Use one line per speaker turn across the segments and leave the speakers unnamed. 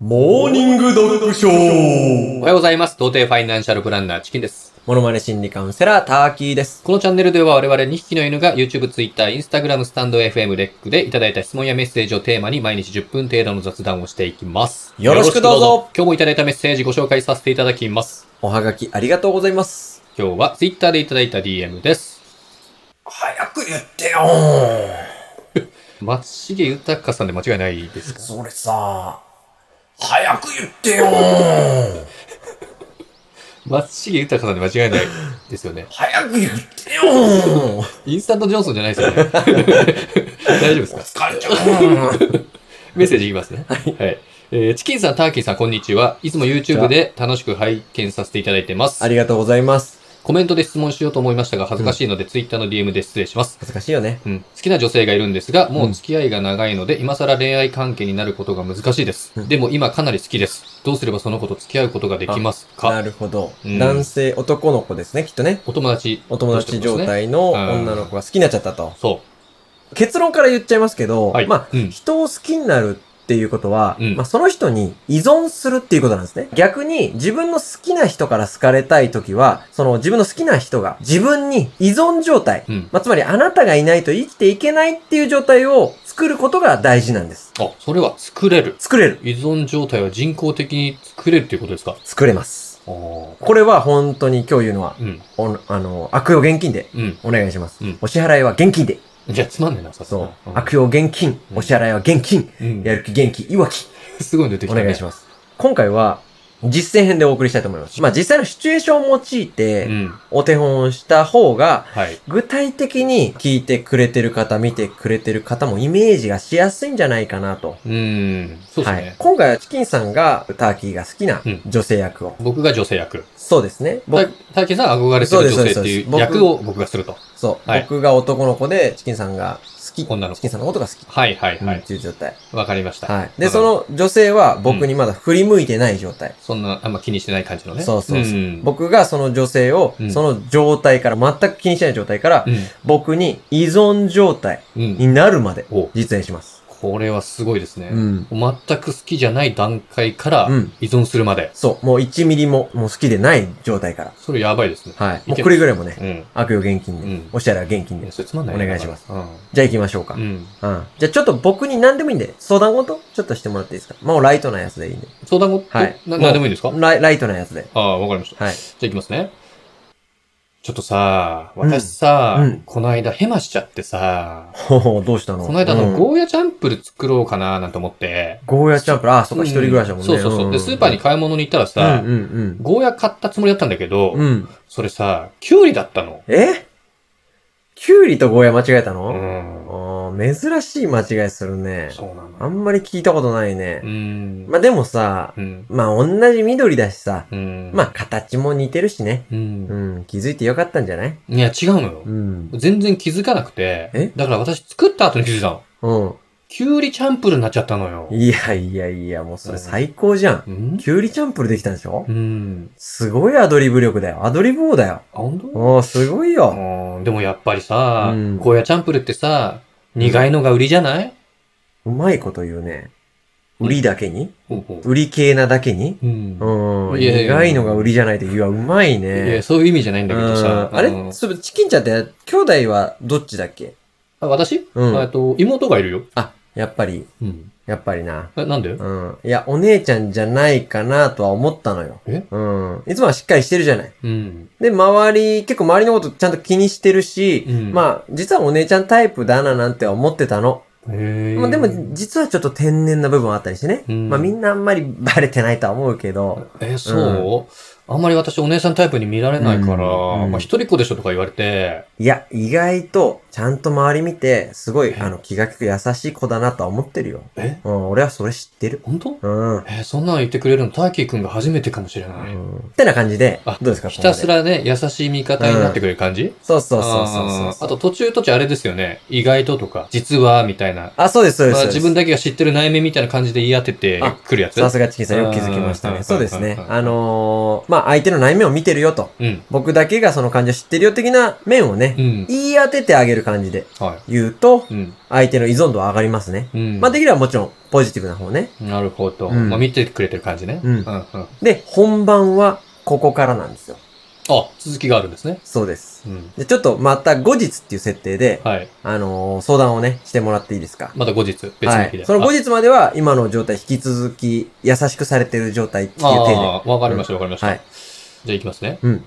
モーニングドッグショー
おはようございます。童貞ファイナンシャルプランナーチキンです。
モノマネ心理カウンセラーターキーです。
このチャンネルでは我々2匹の犬が YouTube、Twitter、Instagram、スタンド FM、レックでいただいた質問やメッセージをテーマに毎日10分程度の雑談をしていきます。
よろしくどうぞ
今日もいただいたメッセージご紹介させていただきます。
おはがきありがとうございます。
今日は Twitter でいただいた DM です。
早く言ってよ
松重豊さんで間違いないですか
それさ、早く言って よ
松重豊さんで間違いないですよね。
早く言ってよ
インスタントジョンソンじゃないです よね。大丈夫ですか
疲れちゃう。
メッセージ言いますね。はい。えーチキンさん、ターキーさん、こんにちは。いつも YouTube で楽しく拝見させていただいてます
あ。りがとうございます。
コメントで質問しようと思いましたが、恥ずかしいので、Twitter の DM で失礼します。
恥ずかしいよね。
うん。好きな女性がいるんですが、もう付き合いが長いので、今更恋愛関係になることが難しいです。
うん
でも今かなり好きです。どうすればその子と付き合うことができます
な
か
るほど。
うん
男性、男の子ですね、きっとね。
お友達。
お友達状態の女の子が好きになっちゃったと。
そ
結論から言っちゃいますけど、
う。はい。
まあ、
うん。
人を好きになるっていうことは、
うん
まあ、その人に依存するっていうことなんですね。逆に自分の好きな人から好かれたいときは、その自分の好きな人が自分に依存状態、
うん。
まあ、つまりあなたがいないと生きていけないっていう状態を作ることが大事なんです。
あ、それは作れる。
作れる。
依存状態は人工的に作れるということですか
作れます。
ああ。
これは本当に今日言うのは、
うん。
おあの、悪用現金で
うん。
お願いします。
うん
お支払いは現金で。
じゃあ、つまんねえな、さすが
そ
に。
う。悪用現金、
うん
お支払いは現金、
うん。
やる気元気、いわき。
すごいの出てき
お
たね。
願いし
ま
ます。今回は、実践編でお送りしたいと思います。まあ、実際のシチュエーションを用い
すう
て、
ん。
お手本をした方が、
はい。
具体的に聞いてくれてる方、見てくれてる方もイメージがしやすいんじゃないかなと。
うん。そうです
は
ね。
い。今回はチキンさんがターキーが好きな
うん
女性役を。
僕が女性役。
そうですね。
た
僕、
たけさんが憧れてる女
そうです
性っ
そう
て
です
いう役を僕がすると。
そう、
はい
僕が男の子で、チキンさんが好き。
女の子
チキンさんのことが好き。
はいはいは
うんっ
い。
ていう状態。
わかりました。
はい。で、
まだ
その女性は僕にまだ振り向いてない状態。
そんな、あんま気にしてない感じのね。
そうそうそ
ん
僕がその女性を
う、ん
その状態から、全く気にしない状態から
う、ん。
僕に依存状態
うん。
になるまで
お
実演します。
これはすごいですね
う。ん。
全く好きじゃない段階から
うん
依存するまで。
そう。もう1ミリも、もう好きでない状態から。
それやばいですね。
はい。
い
も
け
うくれぐれもね、
うん。
悪用現金
う
で
ん。
おしゃれは現金
いや
で。
それつまんない
お願いします
す。うん
じゃあ行きましょうか。
う
うん。
ん。
じゃあちょっと僕に何でもいいんで、相談事ちょっとしてもらっていいですかもうライトなやつでいいんで。
相談後
はい
な
もう
何でもいいんですか
ライライトなやつで。
ああ、わかりました。
はい。
じゃあ行きますね。ちょっとさ、
うん
私さ、
うん
この間ヘマしちゃってさ、
ほほどうしたの
この間あ
う
の
ん
ゴーヤチャンプル作ろうかななんて思って。
ゴーヤチャンプル、ああ、そっか、
うん
一人暮らしだもんね。
そうそうそう。で、スーパーに買い物に行ったらさ
う、んうん
ゴーヤ買ったつもりだったんだけど、
うん。うん。
それさ、キュウリだったの。
えキュウリとゴーヤ間違えたの、
う
あ
ん。
ー珍しい間違いするね。
そうなの。
あんまり聞いたことないね
う。ん。
まあでもさ、
うん。
まあ同じ緑だしさ、
うん。
まあ形も似てるしね。
う。
うんん、気づいてよかったんじゃない
いや、違うのよ
う。ん。
全然気づかなくて。
え
だから私作った後に気づいたの。
うん。
キュウリチャンプルになっちゃったのよ。
いやいやいや、もうそれ最高じゃん。
うん
キュウリチャンプルできたんでしょ
うん。
すごいアドリブ力だよ。アドリブ王だよ。
あ、本当
おー、すごいよ。
うんでもやっぱりさ、
うん
ゴーヤチャンプルってさ、苦いのが売りじゃない、
うまいこと言うね。売りだけに
うん、ほうほ
売り系なだけに
ううん
うん。
いやいやいや
苦いのが売りじゃないと。いや、うまいね。
いや、そういう意味じゃないんだけどさ
う。んあ
うん
れそうチキンちゃんって、兄弟はどっちだっけ
あ私、
うん
あと、妹がいるよ。
あ、やっぱり、
うん。
やっぱりな。
え、なんで、
うん。いや、お姉ちゃんじゃないかなとは思ったのよ。
え
うん。いつもはしっかりしてるじゃない。
うん。
で、周り、結構周りのことちゃんと気にしてるし、
うん
まあ、実はお姉ちゃんタイプだななんて思ってたの。
へ
まあ、でも、実はちょっと天然な部分はあったりしてね。
うん
まあ、みんなあんまりバレてないとは思うけど、
え、そう、あんまり私お姉さんタイプに見られない
う
から、
んうん
まあ一人っ子でしょとか言われて、
いや、意外と、ちゃんと周り見て、すごい、
え
あの、気が利く優しい子だなとは思ってるよ。
え
うん、俺はそれ知ってる。
本当
うん。
え、そんなの言ってくれるのターキーくんが初めてかもしれない。
ってな感じで、ど
あ
うですか
ひたす。
こ
らね、優しい味方になってくれる感じ、
こまでそうそうそうそうそう
あーあと途中途中あれですよね。意外ととか、実は、みたいな。
あ、そうです、そうです。
まあ、
そうです
自分だけが知ってる内面みたいな感じで言い当てて
あ
くるやつ。
さすがチキンさん、よく気づきました
うん
ね。そうです
う
ね
ん。
あのー、ままあ相手の内面を見てるよと。
うん。
僕だけがその感じを知ってるよ的な面をね、
うん。
言い当ててあげる感じで
は
言うと、
い。うん。
相手の依存度は上がりますね。
うん。
まあできればもちろんポジティブな方ね。
なるほど。
うん
まあ見てくれてる感じね。
うん
うん。うん。あ、
で、本番はここからなんですよ。
続きがあるんですね。
そうです。
うん。
で、ちょっとまた後日っていう設定で、
はい。
あのー相談をね、してもらっていいですか
また後日、別の日で。
はい。その後
日
日までは今の状態引き続き優しくされてる状態っていう体で。
ああ、わかりました、わかりました。
はい。
じゃあ行きますね。
うん。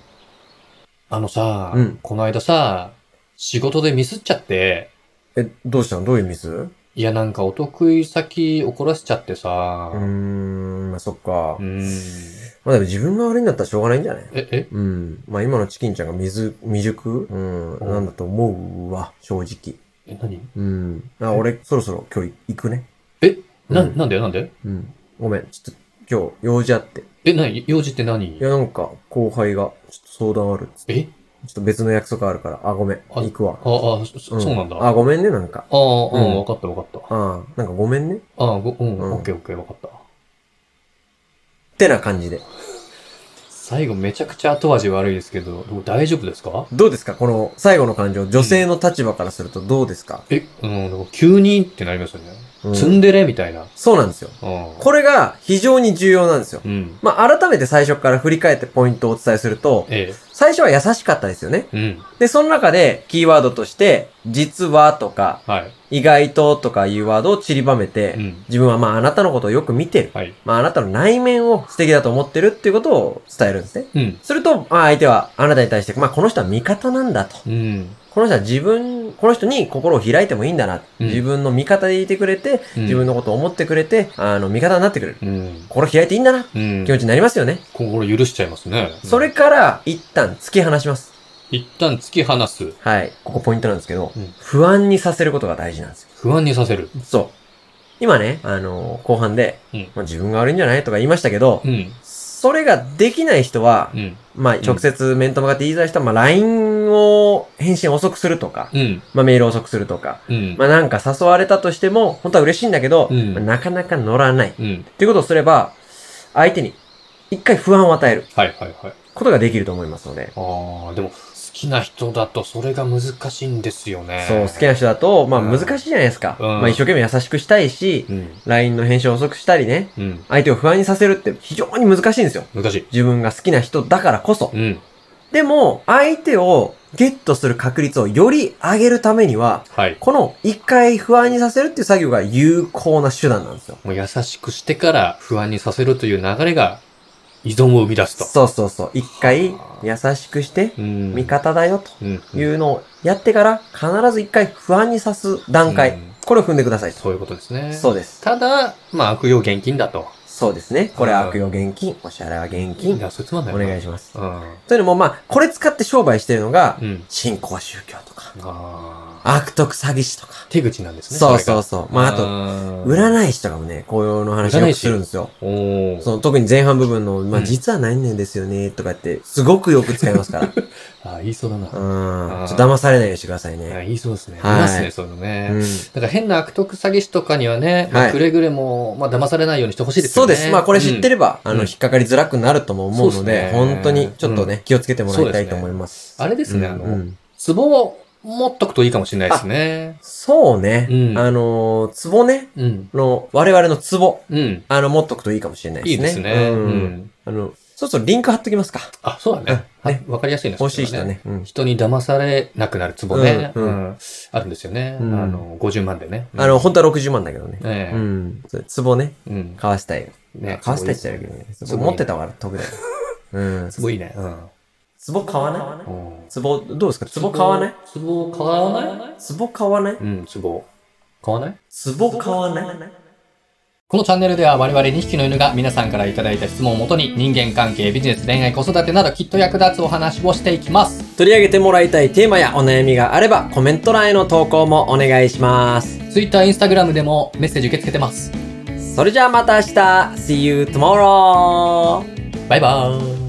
あのさ
うん、
この間さ、仕事でミスっちゃって、
え、どうしたのどういうミスう
いや、なんかお得意先怒らせちゃってさ
ー、ん、まあ、そっか
う。ん。
まあでも自分が悪いんだったらしょうがないんじゃない
え、え
うん。まあ今のチキンちゃんが水、未熟うん。
うん
なんだと思うわ、正直。
え、何
うん。あ、俺、そろそろ今日行くね。
えな、
うん
なんでなんで
うん。ごめん、ちょっと今日用事あって。
え、なに用事って何
いや、なんか後輩がちょっと相談あるっつって。
え
ちょっと別の約束あるから。あ、ごめん。
あ
行くわ。
ああ、そそ
ん
そうなんだ。
あ、
あ
ごめんね、なんか。
あ、う
うん
ん、わかったわかった。
ああ、なんかごめんね。
ああ、ご、うん、
うん
オッケーオッケーわかった。
ってな感じで。
最後めちゃくちゃ後味悪いですけど、大丈夫ですか
どうですかこの最後の感情、女性の立場からするとどうですか、
え、うん、でも急にってなりますよね。
うん
ツンデレみたいな。
そうなんですよ。
うん。
これが非常に重要なんですよ。
うん。
まあ、改めて最初から振り返ってポイントをお伝えすると、
え
最初は優しかったですよね。
え。うん。
で、その中でキーワードとして、実はとか、
はい。
意外ととかいうワードを散りばめて、
うん。
自分はまああなたのことをよく見てる。
はい。
まああなたの内面を素敵だと思ってるっていうことを伝えるんですね。
うん。
すると、まあ相手はあなたに対して、まあこの人は味方なんだと。
うん。
この人は自分、この人に心を開いてもいいんだな。
うん
自分の味方でいてくれて、
うん
自分のことを思ってくれて、あの、味方になってくれる。
うん。
心開いていいんだな。
うん
気。持ちになりますよね。
心許しちゃいますね。
それから、一旦突き放します。
一旦突き放す。
はい。ここポイントなんですけど、
うん
不安にさせることが大事なんですよ。
不安にさせる。
そう。今ね、あの後半で、
うん
まあ、自分が悪いんじゃないとか言いましたけど、
うん。
それができない人は
う、ん。
まあ、
ん
直接面と向かって言いづらい人は、まあ、LINE を返信遅くするとか、
うん。
まあ、メール遅くするとか、
うん。
まあなんか誘われたとしても、本当は嬉しいんだけど、
うん
まあなかなか乗らない。っ
うん。
ていうことをすれば、相手に一回不安を与える
はいはいはい。
ことができると思いますので。
ああ、でも、好きな人だとそれが難しいんですよね。
そう、好きな人だと、まあ
うん
難しいじゃないですか。
うん
まあ一生懸命優しくしたいし、
うん。
LINE の返信を遅くしたりね、
うん。
相手を不安にさせるって非常に難しいんですよ。
難しい。
自分が好きな人だからこそ。
うん。
でも、相手をゲットする確率をより上げるためには、
はい。
この一回不安にさせるっていう作業が有効な手段なんですよ。
もう優しくしてから不安にさせるという流れが依存を生み出すと。
そうそうそう。一回優しくして、
うん。
味方だよと
うん。
いううのをやってから、必ず一回不安にさす段階。
うん
これを踏んでくださいと。
そういうことですね。
そうです。
ただ、まあ悪用現金だと。
そうですね。これ
うん
は悪用現金、お支払いは現
い
金、
や、それつまんない
お願いします。
ま
というのも、まあ、これ使って商売してるのが
う、ん。うん。
新興宗教とか、
ああ。
悪徳詐欺師とか。
手口なんですね。
そうそう
そ
そう。
れが。
まあ、あと、
あー。
占い師とかもね、紅葉の話をよくするんですよ。
おー。
その特に前半部分の、まあ、
うん
実はないんですよね、とかって、すごくよく使いますから。うん。ち
あー、言いそうだな。
ょっと騙されないようにしてください
あ
ね。
ー言いそうですね。い
はい
ますね、そういうのね。
うん
だから変な悪徳詐欺師とかにはね、まあ
はい
くれぐれも、まあ、騙されないようにしてほしいです
そ
よ
う
ね。
です。まあこれ知って
る。
れば、
ん
あの、
うん
引っかかりづらくなるとも思うので、
そうですね
本当にちょっとね、気をつけてもらいたいと思います。
あれですね、
うん
あの、
うん
ツボを持っとくといいかもしれないですね。
そうね。
うん
あのー、ツボね。
うん。
の、我々のツボ。
うん。
あの、持っとくといいかもしれないです
い
ね。
いですね。う。
うんん。あの、そうそう、リンク貼っときますか。
あ、そうだね。
うん
はいわかりやすいね。
欲しい
そ
人
れは。
ね。うん。
人に騙されなくなるツボね。
うんうん
うんあるんですよね。あ
うん
の、50万でね。
あの、、本当は60万だけどね。
え
う
え。
ん。それツボね。
うん。
買わしたいよ。
ね
買わしたいって言ったらいいけどね。
ツボ
ツボ持ってたから得だよ。う ん。
すごいね。うん。
ツボ買わない
うん
ツボ、どうですかツボ買わない
ツボ買わない
ツボ買わない
うん、ツボ。買わない
ツボ買わない
このチャンネルでは我々2匹の犬が皆さんからいただいた質問をもとに人間関係、ビジネス、恋愛、子育てなどきっと役立つお話をしていきます。
取り上げてもらいたいテーマやお悩みがあればコメント欄への投稿もお願いします。
Twitter、Instagram でもメッセージ受け付けてます。
それじゃあまた明日 !See you tomorrow!
バイバーイ。